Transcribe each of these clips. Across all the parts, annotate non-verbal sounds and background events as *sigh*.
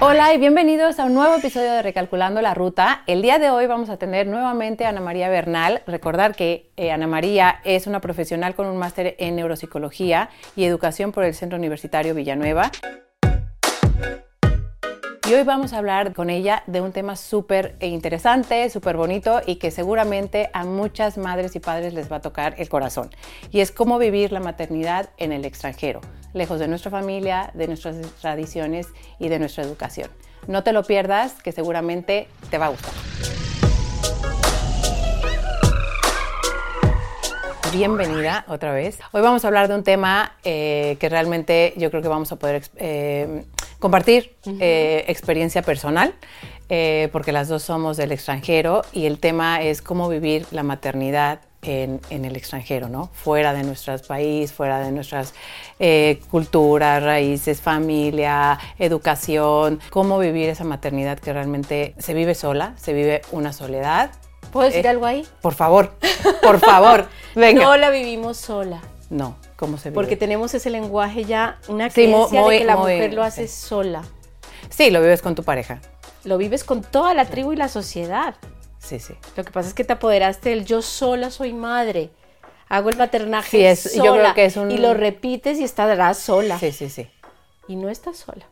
Hola y bienvenidos a un nuevo episodio de Recalculando la Ruta. El día de hoy vamos a tener nuevamente a Ana María Bernal. Recordar que eh, Ana María es una profesional con un máster en neuropsicología y educación por el Centro Universitario Villanueva. Y hoy vamos a hablar con ella de un tema súper interesante, súper bonito y que seguramente a muchas madres y padres les va a tocar el corazón. Y es cómo vivir la maternidad en el extranjero, lejos de nuestra familia, de nuestras tradiciones y de nuestra educación. No te lo pierdas, que seguramente te va a gustar. Bienvenida otra vez. Hoy vamos a hablar de un tema eh, que realmente yo creo que vamos a poder eh, compartir eh, experiencia personal, eh, porque las dos somos del extranjero y el tema es cómo vivir la maternidad en, en el extranjero, ¿no? Fuera de nuestro país, fuera de nuestras eh, culturas, raíces, familia, educación, cómo vivir esa maternidad que realmente se vive sola, se vive una soledad. ¿Puedo decir Eh, algo ahí? Por favor, por favor, venga. No No, la vivimos sola, ¿cómo se vive? porque tenemos ese lenguaje ya, una Sí, mo- creencia de muy- que la muy, mujer lo hace sí. sola. sí, lo vives con tu pareja. Lo vives con toda la tribu y la sociedad. Sí, sí. Lo que pasa es que te apoderaste del yo sola soy madre. Hago el maternaje Sí, es- yo sola creo que es un- y lo repites y estarás sola. Sí, sí, sí. Y no estás sola.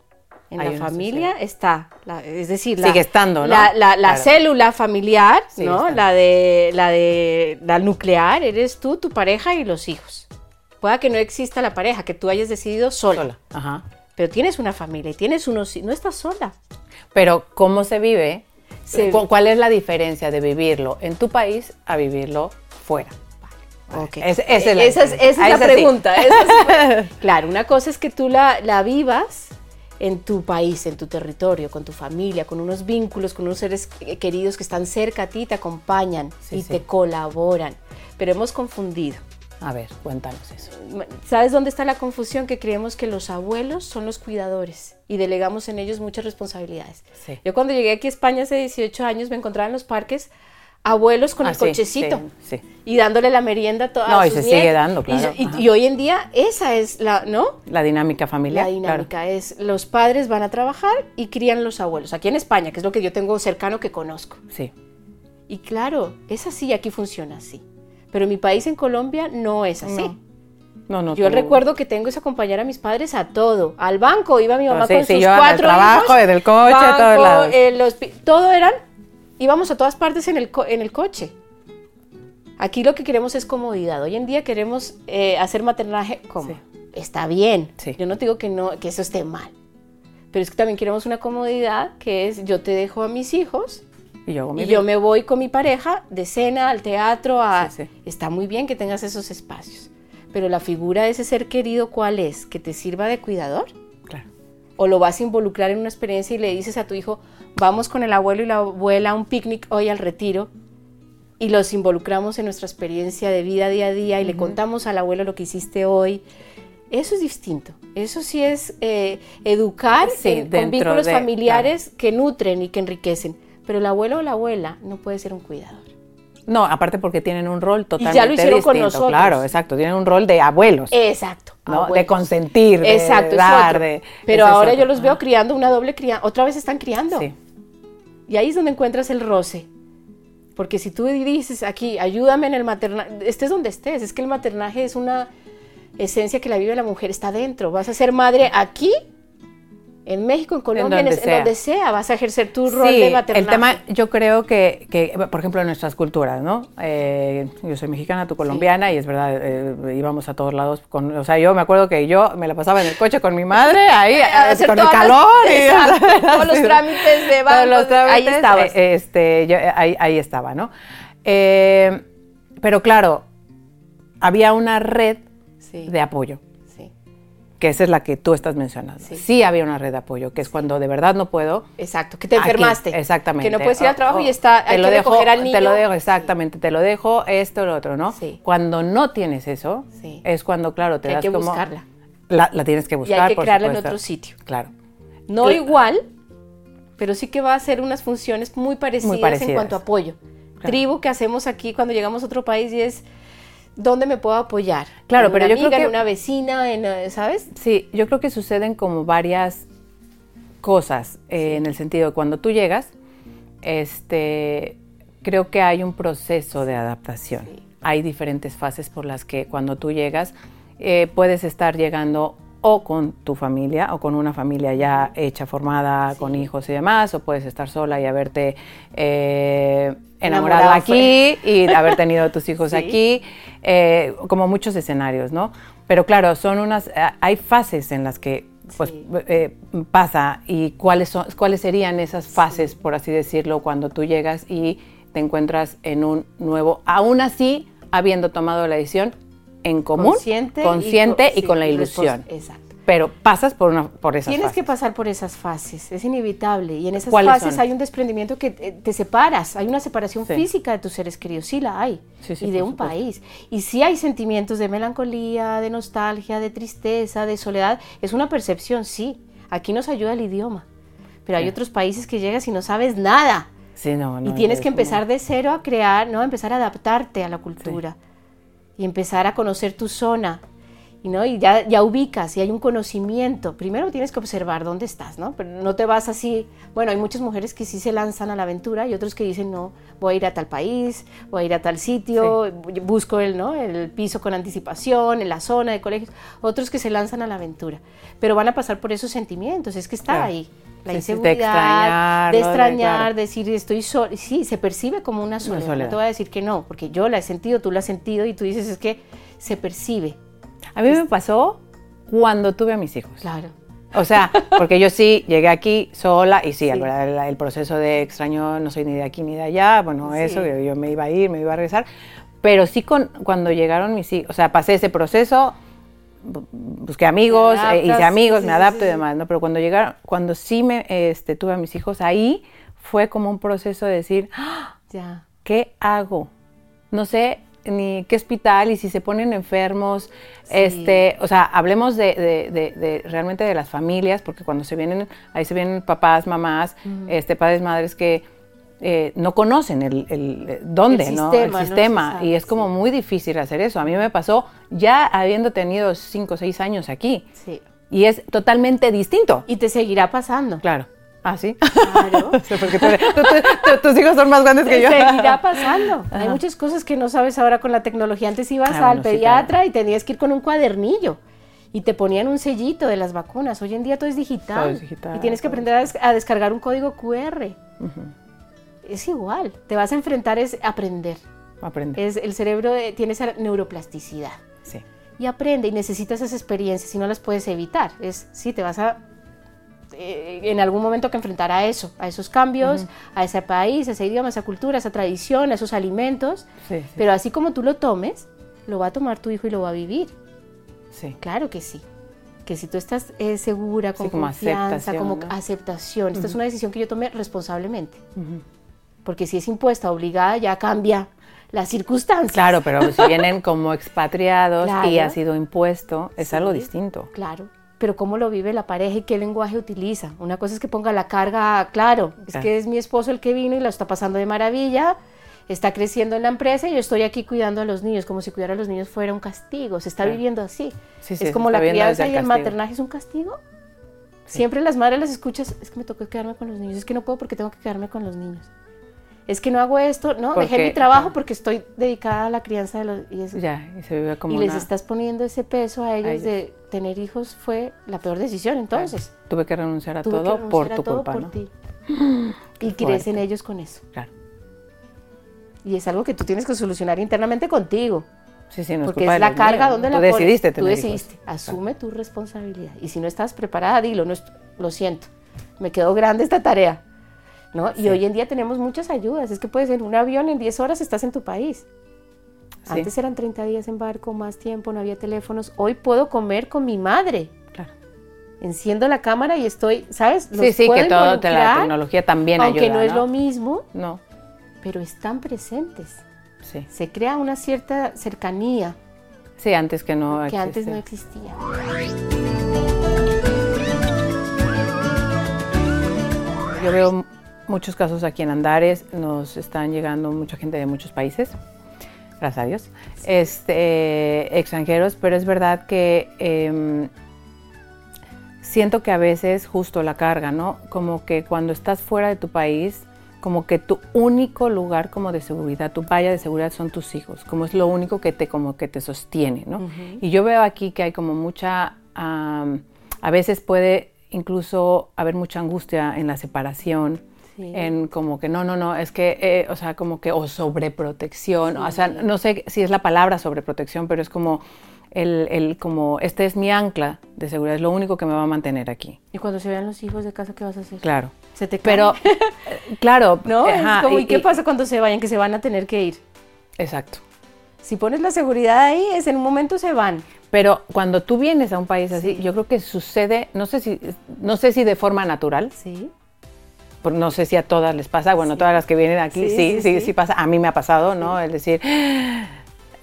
En Hay la una familia está, la- es decir, Sigue la, estando, ¿no? la, la- la Claro. célula familiar, Sí, ¿no? está. La de, la de la nuclear, eres tú, tu pareja y los hijos. Pueda que no exista la pareja, que tú hayas decidido sola, Sola. Ajá. pero tienes una familia y tienes unos, hi- no estás sola. Pero ¿cómo se vive? Se- ¿Cu- ¿Cuál es la diferencia de vivirlo en tu país a vivirlo fuera? Ok. Ese- ese es la Eh, esa, es, esa es Ah, la esa sí. *laughs* pregunta. esa es- claro, una cosa es que tú la, la vivas en tu país, en tu territorio, con tu familia, con unos vínculos, con unos seres que- queridos que están cerca a ti, te acompañan Sí, y sí. te colaboran. Pero hemos confundido. A ver, cuéntanos eso. ¿Sabes dónde está la confusión? Que creemos que los abuelos son los cuidadores y delegamos en ellos muchas responsabilidades. Sí. Yo cuando llegué aquí a España hace 18 años me encontraba en los parques abuelos con Ah, el sí, cochecito sí, sí. y dándole la merienda a todos No, y sus se sigue nietos. dando, claro, Y, y- ajá. y hoy en día esa es la, ¿no? La dinámica familiar. La claro. dinámica es los padres van a trabajar y crían los abuelos. Aquí en España, que es lo que yo tengo cercano que conozco. Sí. Y claro, es así, aquí funciona así. Pero en mi país, en Colombia, no es así. No. No, no. Yo tú- recuerdo que tengo es acompañar a mis padres a todo. Al banco iba mi mamá No, Ah, sí, con sí, sus yo al cuatro trabajo, hijos. en el coche, a todos banco, lados. en los pi- todo eran íbamos a todas partes en el co- en el coche. Aquí lo que queremos es comodidad. Hoy en día queremos eh, hacer maternaje como está bien. Sí. Yo no te digo que no que eso esté mal. Pero es que también queremos una comodidad que es yo te dejo a mis hijos Y yo, hago mi y yo me voy con mi pareja de cena al teatro a... Sí, sí. Está muy bien que tengas esos espacios, pero la figura de ese ser querido, ¿cuál es? ¿Que te sirva de cuidador? vida. Claro. ¿O lo vas a involucrar en una experiencia y le dices a tu hijo, vamos con el abuelo y la abuela a un picnic hoy al retiro? Y los involucramos en nuestra experiencia de vida día a día y le contamos al abuelo lo que hiciste hoy. Eso es distinto. Eso sí es eh, educar Sí, en- con dentro vínculos de- familiares que nutren y que enriquecen. Pero el abuelo o la abuela no puede ser un cuidador. No, aparte porque tienen un rol totalmente ya lo hicieron con distinto, nosotros. Claro, exacto. Tienen un rol de abuelos, Exacto. ¿no? abuelos. De consentir, de Exacto, es dar, otro. de- Pero ese es ahora otro. yo los veo criando una doble crianza. Otra vez están criando. Sí. Y ahí es donde encuentras el roce. Porque si tú dices aquí, ayúdame en el maternaje, estés donde estés, es que el maternaje es una esencia que la vive la mujer, está dentro. Vas a ser madre aquí, en México, en Colombia, en, donde es- en sea. donde sea, vas a ejercer tu rol de maternaje. El tema, yo creo que, que, por ejemplo, en nuestras culturas, ¿no? Eh, yo soy mexicana, tú colombiana, y es verdad, eh, íbamos a todos lados. Con, o sea, yo me acuerdo que yo me la pasaba en el coche con mi madre, ahí, *laughs* A eh, hacer con el todas las- calor. y- *laughs* Exacto, todos los trámites de Todos los bancos, ahí trámites, estabas. eh, este, yo, eh, ahí, ahí estaba, ¿no? Eh, pero claro, había una red Sí, de apoyo sí, que esa es la que tú estás mencionando. Sí. Sí. había una red de apoyo, que es cuando de verdad no puedo, Exacto, que te Aquí, enfermaste. exactamente. Que no puedes ir O- al trabajo o y está, te hay lo que dejo, recoger al niño. Te lo dejo, exactamente. Te lo dejo, esto, lo otro, ¿no? Sí. Cuando no tienes eso, Sí. es cuando, claro, te Hay das que como... buscarla. La, la tienes que Y buscar, hay que por crearla en supuesto. otro sitio. Claro. No Cla- igual, pero sí que va a ser unas funciones muy parecidas, parecidas. en cuanto a apoyo. Claro. Tribu que hacemos aquí cuando llegamos a otro país y es, ¿Dónde me puedo apoyar? Claro, ¿En pero una yo creo amiga, en que- una vecina, en, eh, ¿sabes? Sí, yo creo que suceden como varias cosas eh, en el sentido de cuando tú llegas, este, creo que hay un proceso de adaptación. Hay diferentes fases por las que cuando tú llegas eh, puedes estar llegando o con tu familia o con una familia ya hecha, formada, con hijos y demás, o puedes estar sola y haberte eh, enamorado, Enamorado aquí y haber tenido tus hijos Sí. aquí aquí, eh, como muchos escenarios, ¿no? Pero claro, son unas, a- hay fases en las que pues, Sí. b- eh, pasa y cuáles, son, cuáles serían esas fases, por así decirlo, cuando tú llegas y te encuentras en un nuevo, aún así, habiendo tomado la decisión en común, Consciente, consciente y, sí, con la y respons- ilusión. Exacto. Pero pasas por, una, por esas Tienes fases. que pasar por esas fases, es inevitable. Y en esas ¿Cuáles fases son? hay un desprendimiento que eh, te separas, hay una separación Sí. física de tus seres queridos, sí la hay, Sí, sí, y de por un supuesto. país. Y sí hay sentimientos de melancolía, de nostalgia, de tristeza, de soledad. Es una percepción, sí. Aquí nos ayuda el idioma. Pero hay Sí. otros países que llegas y no sabes nada. Sí, no, Y no, tienes es que como- empezar de cero a crear, ¿no? Empezar a adaptarte a la cultura y empezar a conocer tu zona. Y, ¿no? y ya, ya ubicas y hay un conocimiento. Primero tienes que observar dónde estás, ¿no? Pero no te vas así. Bueno, hay muchas mujeres que sí se lanzan a la aventura y otros que dicen, no, voy a ir a tal país, voy a ir a tal sitio, busco el, ¿no? el piso con anticipación, en la zona de colegios. Otros que se lanzan a la aventura. Pero van a pasar por esos sentimientos. Es que está Claro. ahí. La Sí, sí, de inseguridad, extrañarlo, de- de extrañar, claro. decir estoy sola, sí, se percibe como una soledad. No soledad. te voy a decir que no, porque yo la he sentido, tú la has sentido y tú dices es que se percibe. A mí me pasó cuando tuve a mis hijos. Claro. O sea, porque yo sí llegué aquí sola y sí, Sí. al verdad, el, el proceso de extraño, no soy ni de aquí ni de allá, bueno, Sí. eso, yo, yo me iba a ir, me iba a regresar, pero sí con, cuando llegaron mis hijos, o sea, pasé ese proceso, bu- busqué amigos, Te eh, hice adaptas, amigos, sí, me sí, adapto sí, y sí. demás, ¿no? Pero cuando llegaron, cuando sí me este, tuve a mis hijos ahí, fue como un proceso de decir, "¡Ah! *gasps* Ya. ¿qué hago? No sé ni qué hospital y si se ponen enfermos, este, o sea, hablemos de, de- de- de realmente de las familias, porque cuando se vienen, ahí se vienen papás, mamás, este, padres, madres que eh, no conocen el, el- eh, dónde, El ¿no? sistema, no el se sistema, sabe, y es como muy difícil hacer eso. A mí me pasó ya habiendo tenido cinco o seis años aquí, Sí. y es totalmente distinto. Y te seguirá pasando. Claro. ¿Ah, sí? *laughs* Claro. O sea, porque tú- tú- tú- tus hijos son más grandes que Te yo. *laughs* seguirá pasando. Hay Ajá. muchas cosas que no sabes ahora con la tecnología. Antes ibas Ah, al bueno, sí, pediatra y tenías que ir con un cuadernillo y te ponían un sellito de las vacunas. Hoy en día todo es digital. Todo es digital, y tienes que todo es aprender a, des- a descargar un código QR. Es igual. Te vas a enfrentar es aprender. Aprende. Es, el cerebro eh, tiene esa neuroplasticidad Sí. y aprende y necesitas esas experiencias y no las puedes evitar. Es sí, te vas a eh, en algún momento que enfrentar a eso, a esos cambios, a ese país, a ese idioma, a esa cultura, a esa tradición, a esos alimentos. Sí, sí. Pero así como tú lo tomes, lo va a tomar tu hijo y lo va a vivir. Sí. Claro que sí. Que si tú estás eh, segura, con Sí, como confianza, aceptación, como ¿no? aceptación, esta es una decisión que yo tomé responsablemente. Ujú. Porque si es impuesta, obligada, ya cambia las circunstancias. Claro, pero si vienen como expatriados y Claro. ha sido impuesto, es algo Sí. distinto. Claro, pero cómo lo vive la pareja y qué lenguaje utiliza. Una cosa es que ponga la carga, claro, es Claro. que es mi esposo el que vino y la está pasando de maravilla, está creciendo en la empresa y yo estoy aquí cuidando a los niños, como si cuidar a los niños fuera un castigo, se está Claro. viviendo así. Sí, sí, es se como está la viendo desde crianza el y el castigo. maternaje es un castigo. Siempre las madres las escuchas, es que me tocó quedarme con los niños, es que no puedo porque tengo que quedarme con los niños. Es que no hago esto, no, dejé Porque- mi trabajo porque estoy dedicada a la crianza de los... y es- Ya, y se vive como y les una- estás poniendo ese peso a ellos, ellos. de tener hijos fue la peor decisión entonces. Tuve que renunciar a Tuve que todo por renunciar a tu todo culpa, por ¿no? ti. Y *gasps* Qué crecen ellos con eso. Claro. Y es algo que tú tienes que solucionar internamente contigo. Sí, sí, no es porque culpa es de la los carga míos, donde ¿no? la Tú pones. decidiste Tú tener hijos. decidiste. Asume tu responsabilidad. Y si no estás preparada, dilo, no, est- lo siento, me quedó grande esta tarea. ¿no? Y hoy en día tenemos muchas ayudas. Es que puedes en un avión en 10 horas estás en tu país. Sí, Antes eran 30 días en barco, más tiempo, no había teléfonos. Hoy puedo comer con mi madre. claro. enciendo la cámara y estoy, ¿sabes? Los Sí, sí, puedo que todo, te- la involucrar, tecnología también aunque ayuda, no es lo mismo, No, pero están presentes. sí. Se crea una cierta cercanía Sí, antes que no que antes no existía. existía. Yo veo m- muchos casos aquí en Andares, nos están llegando mucha gente de muchos países. gracias a Dios, este, extranjeros, pero es verdad que eh, siento que a veces justo la carga, ¿no? Como que cuando estás fuera de tu país, como que tu único lugar como de seguridad, tu valla de seguridad son tus hijos, como es lo único que te, como que te sostiene, ¿no? Uh -huh. Y yo veo aquí que hay como mucha, um, a veces puede incluso haber mucha angustia en la separación, Sí. en como que no, no, no, es que, eh, o sea, como que, o sobreprotección, sí. o sea, no sé si es la palabra sobreprotección, pero es como el, el, como, este es mi ancla de seguridad, es lo único que me va a mantener aquí. Y cuando se vean los hijos de casa, ¿qué vas a hacer? Claro. Se te caen? Pero, eh, claro. *laughs* No, ajá, es como, ¿y, ¿y qué y, pasa cuando se vayan? Que se van a tener que ir. Exacto. Si pones la seguridad ahí, es en un momento se van. Pero cuando tú vienes a un país así, sí. yo creo que sucede, no sé si, no sé si de forma natural, sí no sé si a todas les pasa, bueno, sí. todas las que vienen aquí, sí sí, sí sí, sí, pasa, a mí me ha pasado, ¿no? El decir, "Ah,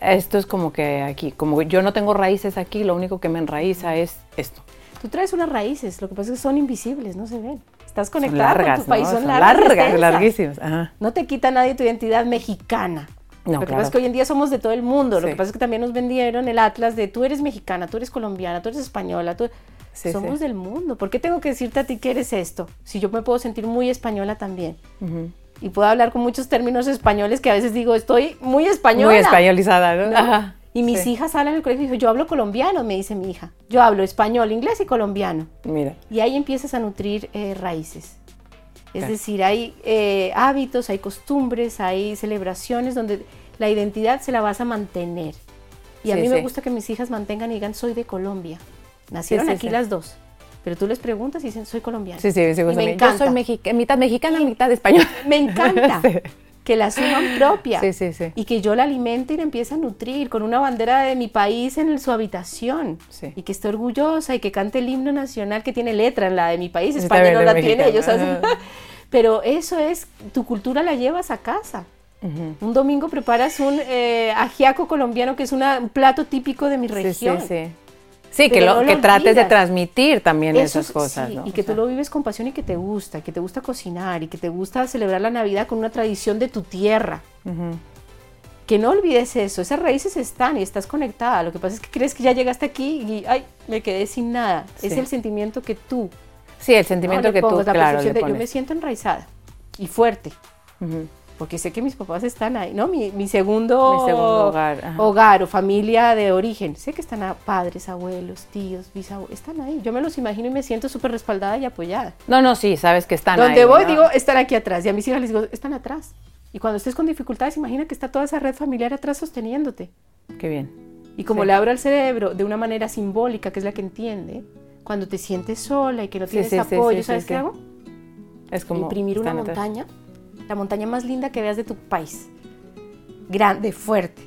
esto es como que aquí, como yo no tengo raíces aquí, lo único que me enraiza es esto. Tú traes unas raíces, lo que pasa es que son invisibles, no se ven. Estás conectada largas, con tu país, ¿no? son largas. Son largas larguísimas. Ajá. No te quita nadie tu identidad mexicana. No, lo que claro. pasa es que hoy en día somos de todo el mundo. Lo que pasa es que también nos vendieron el atlas de tú eres mexicana, tú eres colombiana, tú eres española, tú... Sí, somos sí. del mundo. ¿Por qué tengo que decirte a ti que eres esto? Si yo me puedo sentir muy española también. Uh -huh. Y puedo hablar con muchos términos españoles que a veces digo, estoy muy española. Muy españolizada, ¿no? ¿No? Ajá, y mis sí. hijas hablan en el colegio y digo, yo hablo colombiano, me dice mi hija. Yo hablo español, inglés y colombiano. Mira. Y ahí empiezas a nutrir eh, raíces. Es claro. decir, hay eh, hábitos, hay costumbres, hay celebraciones donde la identidad se la vas a mantener. Y a mí me gusta que mis hijas mantengan y digan, soy de Colombia. Nacieron sí, sí, aquí sí. las dos. Pero tú les preguntas y dicen, soy colombiana. Sí, sí, y me también. encanta. Yo soy mexica, mitad mexicana, mitad española. Me *laughs* encanta que la suman propia. Sí, sí, sí. Y que yo la alimente y la empiece a nutrir con una bandera de mi país en el, su habitación. Y que esté orgullosa y que cante el himno nacional que tiene letra en la de mi país. España no la mexicana. tiene, ellos hacen. *laughs* Pero eso es, tu cultura la llevas a casa. Uh -huh. Un domingo preparas un eh, ajiaco colombiano que es una, un plato típico de mi región. Sí, sí, sí. Sí, Pero que, lo, no lo que trates olvidas. de transmitir también Eso, esas cosas. Sí, ¿no? Y que o sea. tú lo vives con pasión y que te gusta, que te gusta cocinar y que te gusta celebrar la Navidad con una tradición de tu tierra. Uh -huh. Que no olvides eso, esas raíces están y estás conectada. Lo que pasa es que crees que ya llegaste aquí y ay, me quedé sin nada. Sí. Es el sentimiento que tú. Sí, el sentimiento no, que pongo, tú, la claro, le pones. De, yo me siento enraizada y fuerte. Uh -huh porque sé que mis papás están ahí, ¿no? Mi, mi, segundo, mi segundo, hogar, ajá. hogar o familia de origen. Sé que están a padres, abuelos, tíos, bisabuelos, están ahí. Yo me los imagino y me siento súper respaldada y apoyada. No, no, sí, sabes que están Donde ahí, voy ¿no? digo, están aquí atrás. Y a mis hijas les digo, están atrás. Y cuando estés con dificultades, imagina que está toda esa red familiar atrás sosteniéndote. Qué bien. Y como sí. le abro al cerebro de una manera simbólica, que es la que entiende, cuando te sientes sola y que no tienes sí, sí, apoyo, ¿sabes qué hago? Es como imprimir una atrás. montaña la montaña más linda que veas de tu país. Grande, fuerte.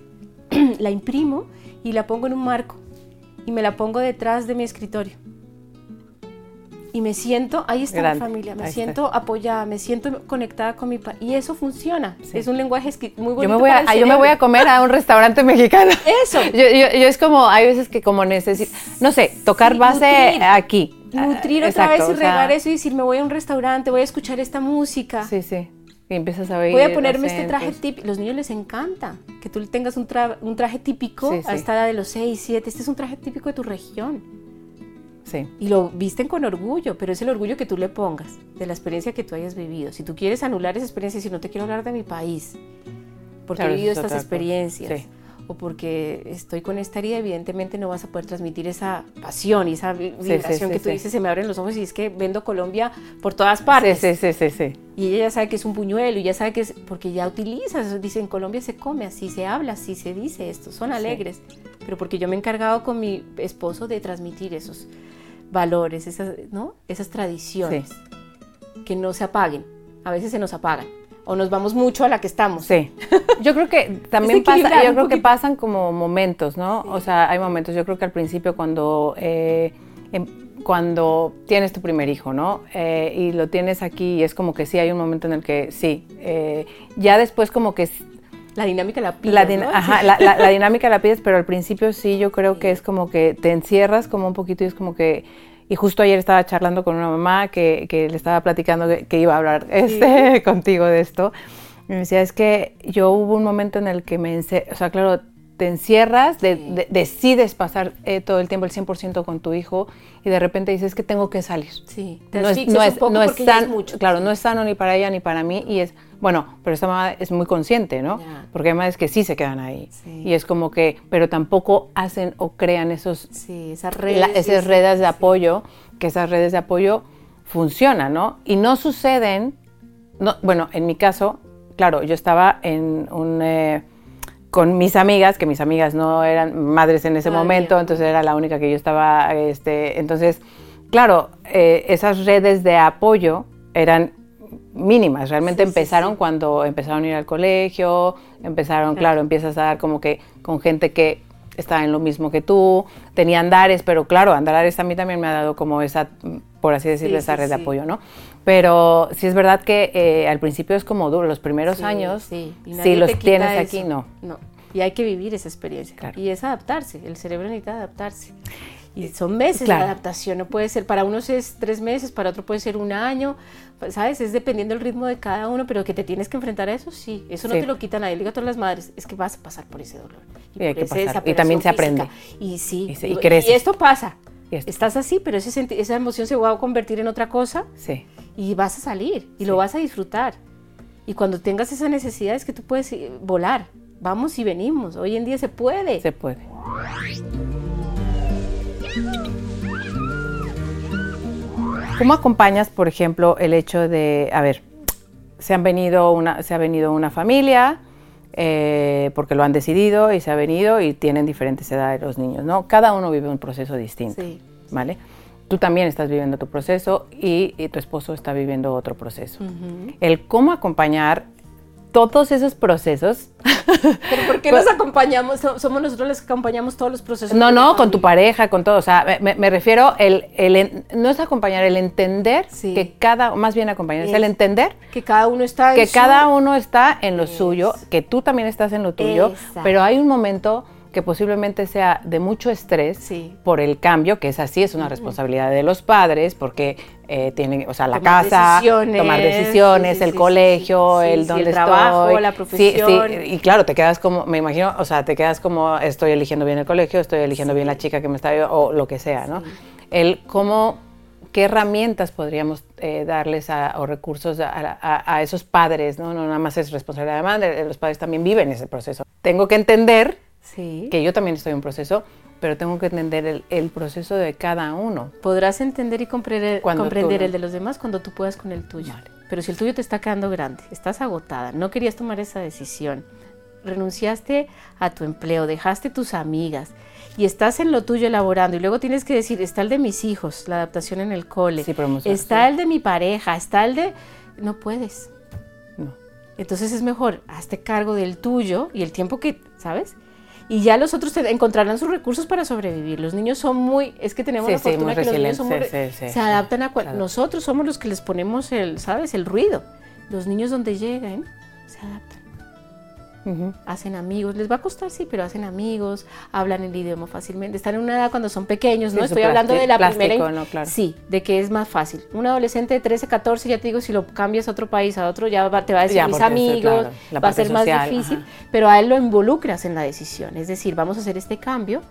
*clears throat* la imprimo y la pongo en un marco y me la pongo detrás de mi escritorio. Y me siento, ahí está Grande. mi familia, me ahí siento está. apoyada, me siento conectada con mi país. Y eso funciona. Sí. Es un lenguaje muy bonito. Yo me voy, para a, el yo me voy a comer a un restaurante *laughs* mexicano. Eso. yo, yo, yo, es como, hay veces que como necesito, no sé, tocar sí, base nutrir. aquí. Ah, Nutrir otra Exacto, vez y regar o sea, eso y decir, me voy a un restaurante, voy a escuchar esta música. Sí, sí. Y empiezas a ver. Voy a ponerme acentos. este traje típico. Los niños les encanta que tú tengas un, tra un traje típico sí, sí. hasta la de los 6, 7. Este es un traje típico de tu región. Sí. Y lo visten con orgullo, pero es el orgullo que tú le pongas de la experiencia que tú hayas vivido. Si tú quieres anular esa experiencia, si no te quiero hablar de mi país, porque claro, he vivido estas experiencias. Sí. O porque estoy con esta herida, evidentemente no vas a poder transmitir esa pasión y esa vibración que tú dices, se me abren los ojos y es que vendo Colombia por todas partes. Sí, sí, sí, sí y ella ya sabe que es un puñuelo y ya sabe que es porque ya utilizas, dice en Colombia se come así, se habla así, se dice esto, son alegres, sí. pero porque yo me he encargado con mi esposo de transmitir esos valores, esas, ¿no? esas tradiciones sí. que no se apaguen, a veces se nos apagan o nos vamos mucho a la que estamos. Sí. Yo creo que también pasa, yo creo que pasan como momentos, ¿no? Sí. O sea, hay momentos, yo creo que al principio cuando eh, en, cuando tienes tu primer hijo, ¿no? Eh, y lo tienes aquí y es como que sí, hay un momento en el que sí. Eh, ya después como que... La dinámica la pides, la *laughs* din ¿no? Ajá, la, la, la, dinámica la pides, pero al principio sí, yo creo que es como que te encierras como un poquito y es como que... Y justo ayer estaba charlando con una mamá que, que le estaba platicando que, que iba a hablar sí. este, *laughs* contigo de esto. me decía, es que yo hubo un momento en el que me, ence- o sea, claro, te encierras, de- de- decides pasar eh, todo el tiempo el 100% con tu hijo y de repente dices que tengo que salir. Sí, te No es, asfixias no un es- poco no es porque ya san- es mucho. Claro, no es sano ni para ella ni para mí y es, bueno, pero esta mamá es muy consciente, ¿no? Ya. Porque además es que sí se quedan ahí. Sí. Y es como que, pero tampoco hacen o crean esos Sí, esas la- redes. y esas ese- redes de apoyo, que esas redes de apoyo funcionan, ¿no? Y no suceden, no- bueno, en mi caso, claro, yo estaba en un, eh, con mis amigas, que mis amigas no eran madres en ese Todavía. momento, entonces era la única que yo estaba, este, entonces, claro, eh, esas redes de apoyo eran mínimas, realmente Sí, sí, empezaron cuando empezaron a ir al colegio, empezaron, claro, empiezas a dar como que con gente que está en lo mismo que tú, tenía andares, pero claro, andares a mí también me ha dado como esa, por así decirlo, Sí, esa sí, red de sí. apoyo, ¿no? Pero sí es verdad que eh, al principio es como duro, los primeros Sí, años, sí, y nadie si te los quita tienes eso. aquí, no. No, y hay que vivir esa experiencia. Claro. Eh, Y es adaptarse, el cerebro necesita adaptarse. Y son meses Claro. de adaptación, no puede ser, para unos es tres meses, para otro puede ser un año, pues, ¿sabes? Es dependiendo el ritmo de cada uno, pero que te tienes que enfrentar a eso, sí, eso no Sí. te lo quitan nadie, le digo a todas las madres, es que vas a pasar por ese dolor. Y hay por que esa pasar, y desaparición también se física, aprende. Y sí, Y se- y creces. esto pasa, Y esto- estás así, pero ese senti- esa emoción se va a convertir en otra cosa Sí, y vas a salir y lo vas a disfrutar. Y cuando tengas esa necesidad es que tú puedes eh, volar. Vamos y venimos. Hoy en día se puede. se puede. ¿Cómo acompañas, por ejemplo, el hecho de, a ver, se han venido una, se ha venido una familia eh, porque lo han decidido y se ha venido y tienen diferentes edades los niños, ¿no? Cada uno vive un proceso distinto, Sí. ¿vale? Tú también estás viviendo tu proceso y, y tu esposo está viviendo otro proceso. El cómo acompañar todos esos *laughs* procesos. Pero ¿por qué nos acompañamos? So- Somos nosotros los que acompañamos todos los procesos. Pues No, de la no, con tu familia. pareja, con todo. O sea, me- me, me refiero, el, el en- no es acompañar, el entender Sí. que cada, más bien acompañar, es el Es- entender Que cada uno está en que su- cada uno está en lo suyo, que tú también estás en lo tuyo, Exacto. pero hay un momento que posiblemente sea de mucho estrés Sí. por el cambio, que es así, es una responsabilidad de los padres, porque eh, tienen, o sea, la Tomar casa, decisiones, tomar decisiones, sí, sí, el sí, colegio, sí, sí, el sí, dónde el trabajo, estoy. la Sí, profesión. sí, y claro, te quedas como, me imagino, o sea, te quedas como, estoy eligiendo bien el colegio, estoy eligiendo bien la chica que me está, o lo que sea, ¿no? El cómo, qué herramientas podríamos eh, darles a- o recursos a, a- a esos padres, ¿no? No nada más es responsabilidad de la madre, eh, los padres también viven ese proceso. Tengo que entender Sí. que yo también estoy en un proceso, pero tengo que entender el, el proceso de cada uno. Podrás entender y comprender, Cuando tú comprender no. el de los demás cuando tú puedas con el tuyo. Pero si el tuyo te está quedando grande, estás agotada, no querías tomar esa decisión, renunciaste a tu empleo, dejaste tus amigas y estás en lo tuyo elaborando y luego tienes que decir, está el de mis hijos, la adaptación en el cole, Sí, promoción, está sí. el de mi pareja, está el de... No puedes. No. Entonces es mejor, hazte cargo del tuyo y el tiempo que, ¿sabes? Y ya los otros te- encontrarán sus recursos para sobrevivir. Los niños son muy, es que tenemos Sí, la sí, muy fortuna que los niños somos resilientes, sí, re- sí, sí. se adaptan a cual- Claro. nosotros somos los que les ponemos el, ¿sabes? El ruido. Los niños donde llegan se adaptan, Ujú. hacen amigos. Les va a costar sí, pero hacen amigos, hablan el idioma fácilmente. Están en una edad cuando son pequeños, Sí, no su estoy hablando plasti- de la plástico, primera. in- ¿no? Claro. Sí, de que es más fácil. Un adolescente de 13, 14, ya te digo, si lo cambias a otro país, a otro, ya va- te va a decir Ya, mis porque eso, amigos, claro, la va a ser parte más social, difícil, ajá. pero a él lo involucras en la decisión. Es decir, vamos a hacer este cambio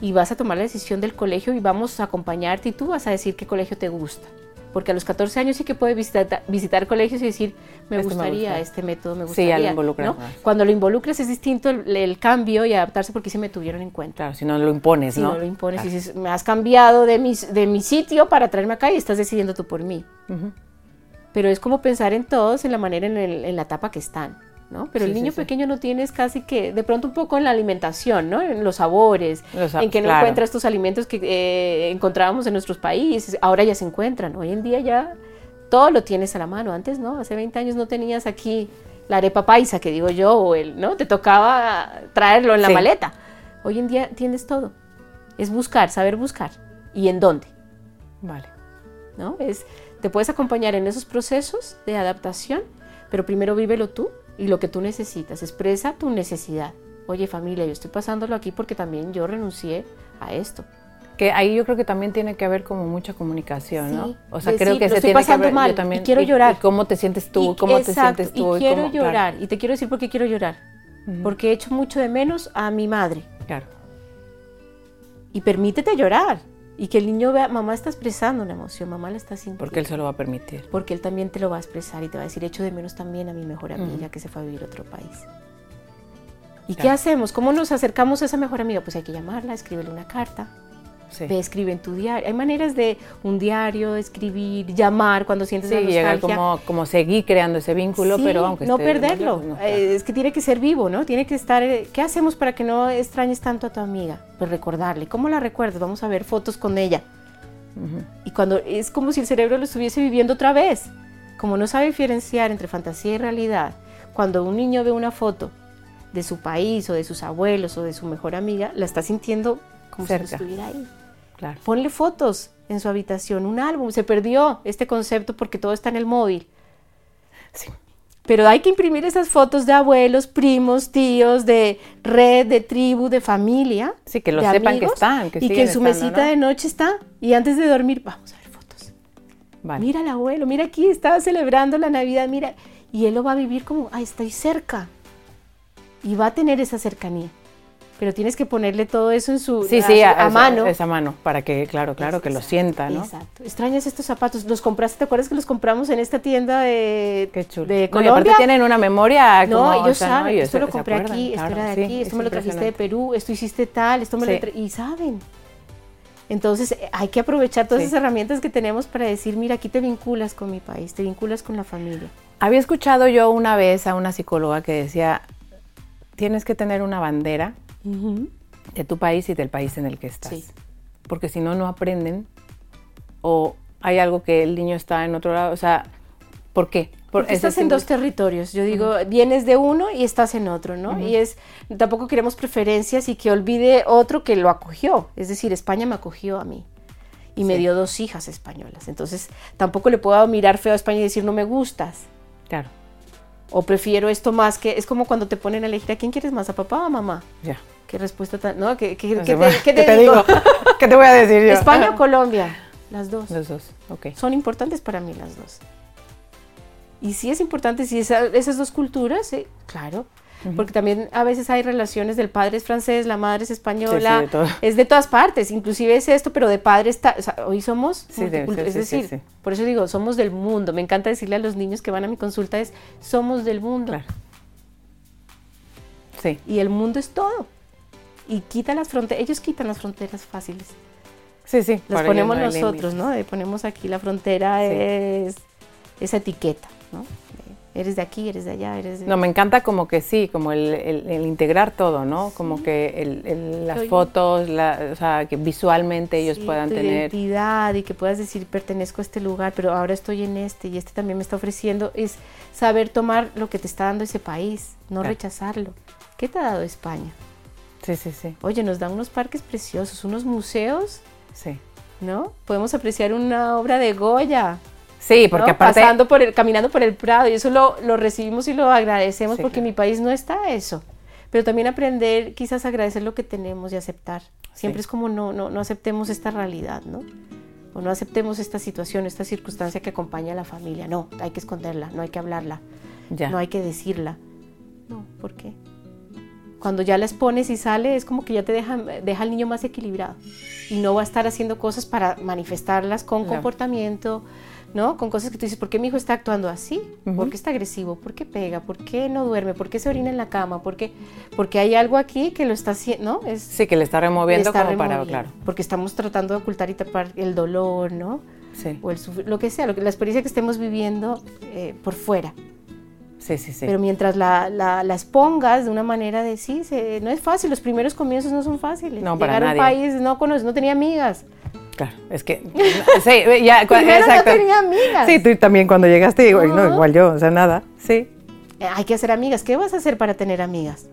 y vas a tomar la decisión del colegio y vamos a acompañarte y tú vas a decir qué colegio te gusta. Porque a los 14 años sí que puedes visitar, visitar colegios y decir, Este me me gustaría gusta. este método, me Sí, gustaría. ya lo involucras ¿no? más. Cuando lo involucras es distinto el, el cambio y adaptarse porque sí me tuvieron en cuenta. Claro, si no lo impones, Si ¿no? no, lo impones Claro. y dices, me has cambiado de mi, de mi sitio para traerme acá y estás decidiendo tú por mí. Ujú. Pero es como pensar en todos, en la manera, en, el- en la etapa que están, ¿no? Pero el Sí, sí, niño sí. pequeño no tienes casi que, de pronto un poco en la alimentación, ¿no? En los sabores, Los sa- en que no claro. encuentras tus alimentos que eh, encontrábamos en nuestros países. Ahora ya se encuentran, hoy en día ya todo lo tienes a la mano. Antes, ¿no? Hace 20 años no tenías aquí la arepa paisa, que digo yo, o el, ¿no? Te tocaba traerlo en la Sí. maleta. Hoy en día tienes todo. Es buscar, saber buscar. ¿Y en dónde? Vale. ¿no? Es, te puedes acompañar en esos procesos de adaptación, pero primero vívelo tú y lo que tú necesitas. Expresa tu necesidad. Oye, familia, yo estoy pasándolo aquí porque también yo renuncié a esto. Que ahí yo creo que también tiene que haber como mucha comunicación, ¿no? Sí, O sea, decir, creo que "Lo se estoy tiene que pasando haber yo mal y también- quiero llorar. ¿Cómo te sientes tú? Y- ¿Cómo te exacto, sientes tú? Y quiero cómo- claro, llorar. Y te quiero decir por qué quiero llorar. Porque echo mucho de menos a mi madre. Claro. Y permítete llorar. Y que el niño vea, mamá está expresando una emoción, mamá la está sintiendo. Porque él se lo va a permitir. Porque él también te lo va a expresar y te va a decir, echo de menos también a mi mejor amiga que se fue a vivir a otro país. ¿Y qué Claro. hacemos? ¿Cómo nos acercamos a esa mejor amiga? Pues hay que llamarla, escríbele una carta, Sí. ve, escribe en tu diario. Hay maneras de un diario, escribir, llamar cuando sientes Sí, la llegar nostalgia. como, como seguir creando ese vínculo, Sí, pero aunque no esté muy perderlo. lejos, no, claro. Eh, es que tiene que ser vivo, ¿no? Tiene que estar. eh, ¿Qué hacemos para que no extrañes tanto a tu amiga? Pues recordarle. ¿Cómo la recuerdas? Vamos a ver fotos con ella. Y cuando es como si el cerebro lo estuviese viviendo otra vez. Como no sabe diferenciar entre fantasía y realidad, cuando un niño ve una foto de su país o de sus abuelos o de su mejor amiga, la está sintiendo como si Cerca. no estuviera ahí. Claro. Ponle fotos en su habitación, un álbum. Se perdió este concepto porque todo está en el móvil. Sí. Pero hay que imprimir esas fotos de abuelos, primos, tíos, de red, de tribu, de familia. Sí, que lo de sepan que están, que Y que siguen en su estando, mesita ¿no? de noche está. Y antes de dormir, vamos a ver fotos. Vale. Mira al abuelo, mira aquí, estaba celebrando la Navidad, mira. Y él lo va a vivir como, ay, estoy cerca. Y va a tener esa cercanía. Pero tienes que ponerle todo eso en su sí, a, sí, su- a, a esa- mano. Esa mano, para que, claro, claro, que lo Exacto, sienta, ¿no? Exacto. Extrañas estos zapatos. Los compraste, ¿te acuerdas que los compramos en esta tienda de, Qué chulo. de No, y aparte Colombia? tienen una memoria No, Ah, como, o ellos sea, saben, Y esto se- lo se compré acuerdan, aquí, esto claro, era de sí, aquí, es esto me lo trajiste de impresionante. Perú, esto hiciste tal, esto me lo Sí. tra- y saben. Entonces eh, hay que aprovechar todas Sí. esas herramientas que tenemos para decir, mira, aquí te vinculas con mi país, te vinculas con la familia. Había escuchado yo una vez a una psicóloga que decía, tienes que tener una bandera de tu país y del país en el que estás. Sí. Porque si no, no aprenden. O hay algo que el niño está en otro lado. O sea, ¿por qué? Por- Porque ese estás en símbolo- dos territorios. Yo digo, vienes de uno y estás en otro, ¿no? Y es, tampoco queremos preferencias y que olvide otro que lo acogió. Es decir, España me acogió a mí y me Sí. dio dos hijas españolas. Entonces, tampoco le puedo mirar feo a España y decir, no me gustas. Claro, O prefiero esto más que. Es como cuando te ponen a elegir a quién quieres más, a papá o a mamá. ya. Qué respuesta tan. ¿No? ¿Qué, qué- qué Entonces, te, bueno, qué te digo? ¿Qué Pues *laughs* te voy a decir yo? *laughs* ¿España o Colombia? Las dos. Los dos, ok. Son importantes para mí las dos. Y sí es importante, si esas dos culturas, sí, claro. Porque también a veces hay relaciones del padre es francés, la madre es española, Sí, sí, de todo. es de todas partes, inclusive es esto, pero de padre está, o sea, hoy somos, Sí, de- multicult- sí, sí, es sí, decir, sí. por eso digo, somos del mundo, me encanta decirle a los niños que van a mi consulta es, somos del mundo, Claro. Sí, y el mundo es todo, y quita las fronteras, ellos quitan las fronteras fáciles, sí, sí. las para ellos ponemos no hay nosotros, límites. ¿no? De ponemos aquí la frontera, Sí. es esa etiqueta, ¿no? De, eres de aquí, eres de allá, eres de... No, me encanta como que sí, como el, el- el integrar todo, ¿no? Como que el- el- las Soy- fotos, la- o sea, que visualmente ellos Sí, puedan tu tener. identidad y que puedas decir pertenezco a este lugar, pero ahora estoy en este y este también me está ofreciendo, es saber tomar lo que te está dando ese país, no Claro. rechazarlo. ¿Qué te ha dado España? Sí, sí, sí, Oye, nos dan unos parques preciosos, unos museos, sí. ¿no? Podemos apreciar una obra de Goya, Sí, porque ¿no? aparte. pasando por el, caminando por el Prado y eso lo, lo recibimos y lo agradecemos Sí, porque claro. en mi país no está eso. Pero también aprender, quizás agradecer lo que tenemos y aceptar. Siempre Sí. es como no, no, no aceptemos esta realidad, ¿no? O no aceptemos esta situación, esta circunstancia que acompaña a la familia. No, hay que esconderla, no hay que hablarla, ya. no hay que decirla. No, ¿por qué? Cuando ya la expones y sale, es como que ya te deja, deja al niño más equilibrado. Y no va a estar haciendo cosas para manifestarlas con Claro. comportamiento, ¿no? Con cosas que tú dices, ¿por qué mi hijo está actuando así? Ujú. ¿Por qué está agresivo? ¿Por qué pega? ¿Por qué no duerme? ¿Por qué se orina en la cama? ¿Por qué? Porque hay algo aquí que lo está haciendo, ¿no? Es, Sí, que le está removiendo está como para. removiendo. Claro. Porque estamos tratando de ocultar y tapar el dolor, ¿no? Sí, O el sufri- lo que sea, lo que- la experiencia que estemos viviendo eh, por fuera. sí, sí. sí. Pero mientras la, la, la expongas de una manera de sí, se- no es fácil, los primeros comienzos no son fáciles. No, para Llegar a un nadie. país no conoces, no tenía amigas. Claro, es que. *laughs* Sí, ya. cua- Primero no exacto. tenía amigas. Sí, tú también cuando llegaste, digo, "Ay, no, Ajá. igual yo, o sea, nada. Sí, Eh, Hay que hacer amigas. ¿Qué vas a hacer para tener amigas?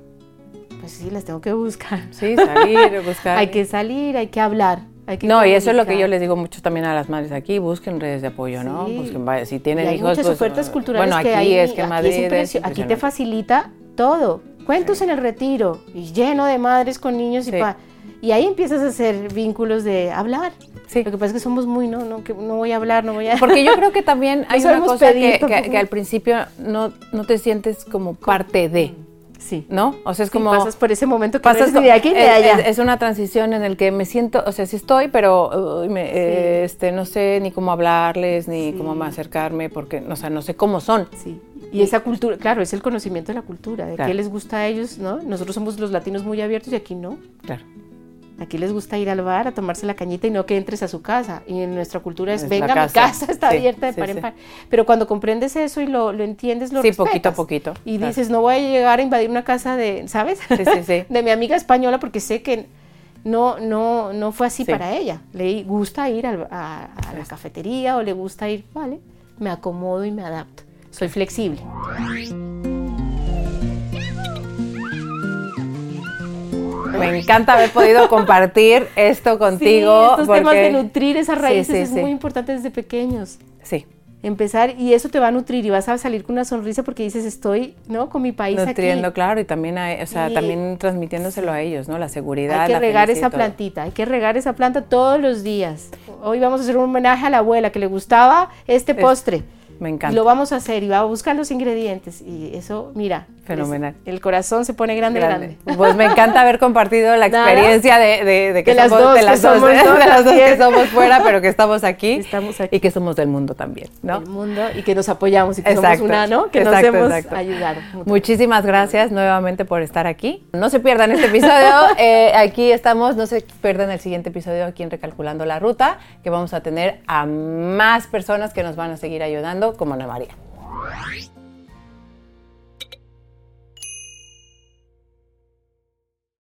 Pues sí, las tengo que buscar. sí, *laughs* salir, buscar. Hay que salir, hay que hablar. Hay que No, y eso es lo que yo comunicar. les digo mucho también a las madres aquí, busquen redes de apoyo, ¿no? Sí. Busquen, vaya, si Y tienen hay hijos, muchas pues, ofertas eh, culturales bueno, que aquí hay. es que en aquí, Madrid es impresio- aquí te impresionante. facilita todo. Cuentos en el retiro y lleno de madres con niños Sí. y pa. Y ahí empiezas a hacer vínculos de hablar. Sí. Lo que pasa es que somos muy, no, no, que no voy a hablar, no voy *laughs* a... Porque yo creo que también hay una sabemos cosa pedir que, que- tampoco. que al principio no, no te sientes como parte de, Sí. ¿no? O sea, es Sí, como... pasas por ese momento que no pasas eres ni co- de aquí ni de es- allá. Es, es una transición en el que me siento, o sea, sí estoy, pero uy, me, eh, este, no sé ni cómo hablarles, ni cómo me acercarme, porque, o sea, no sé cómo son. Sí. Y esa cultura, claro, es el conocimiento de la cultura, de Claro. qué les gusta a ellos, ¿no? Nosotros somos los latinos muy abiertos y aquí no. Claro. Aquí les gusta ir al bar a tomarse la cañita y no que entres a su casa. Y en nuestra cultura es, Es la venga, mi casa. *laughs* casa está Sí, abierta de sí, par en sí. par. Pero cuando comprendes eso y lo, lo entiendes, lo Sí, poquito a respetas. poquito, Y claro. dices, no voy a llegar a invadir una casa de, ¿sabes? Sí, sí, sí. *laughs* de mi amiga española porque sé que no, no, no fue así Sí. para ella. Le gusta ir al- a, a la cafetería o le gusta ir, vale, me acomodo y me adapto. Soy flexible. Me encanta haber podido compartir esto contigo. Sí, estos temas de porque- nutrir esas Sí, raíces sí, es sí. muy importante desde pequeños. Sí, Empezar y eso te va a nutrir y vas a salir con una sonrisa porque dices estoy, ¿no? Con mi país nutriendo, aquí. claro, y también, a- o sea, Y- también transmitiéndoselo a ellos, ¿no? La seguridad. Hay que la regar felicidad y esa todo. plantita, hay que regar esa planta todos los días. Hoy vamos a hacer un homenaje a la abuela que le gustaba este Es- postre. Me Y encanta. lo vamos a hacer y va a buscar los ingredientes y eso, mira, Fenomenal. es- el corazón se pone grande, grande. Grande. Pues me encanta haber compartido la *laughs* Nada. experiencia de, de- de que De las somos, dos de que las dos, somos, ¿eh? ¿no? *laughs* de las dos que También. somos fuera, pero que estamos aquí, Estamos aquí. y que somos del mundo también, ¿no? El mundo y que nos apoyamos y que Exacto, somos una, ¿no? Que exacto, nos hemos exacto. ayudado. Muchísimas gracias nuevamente por estar aquí. No se pierdan este episodio. eh, aquí estamos. No se pierdan el siguiente episodio aquí en Recalculando la Ruta, que vamos a tener a más personas que nos van a seguir ayudando, como Ana María.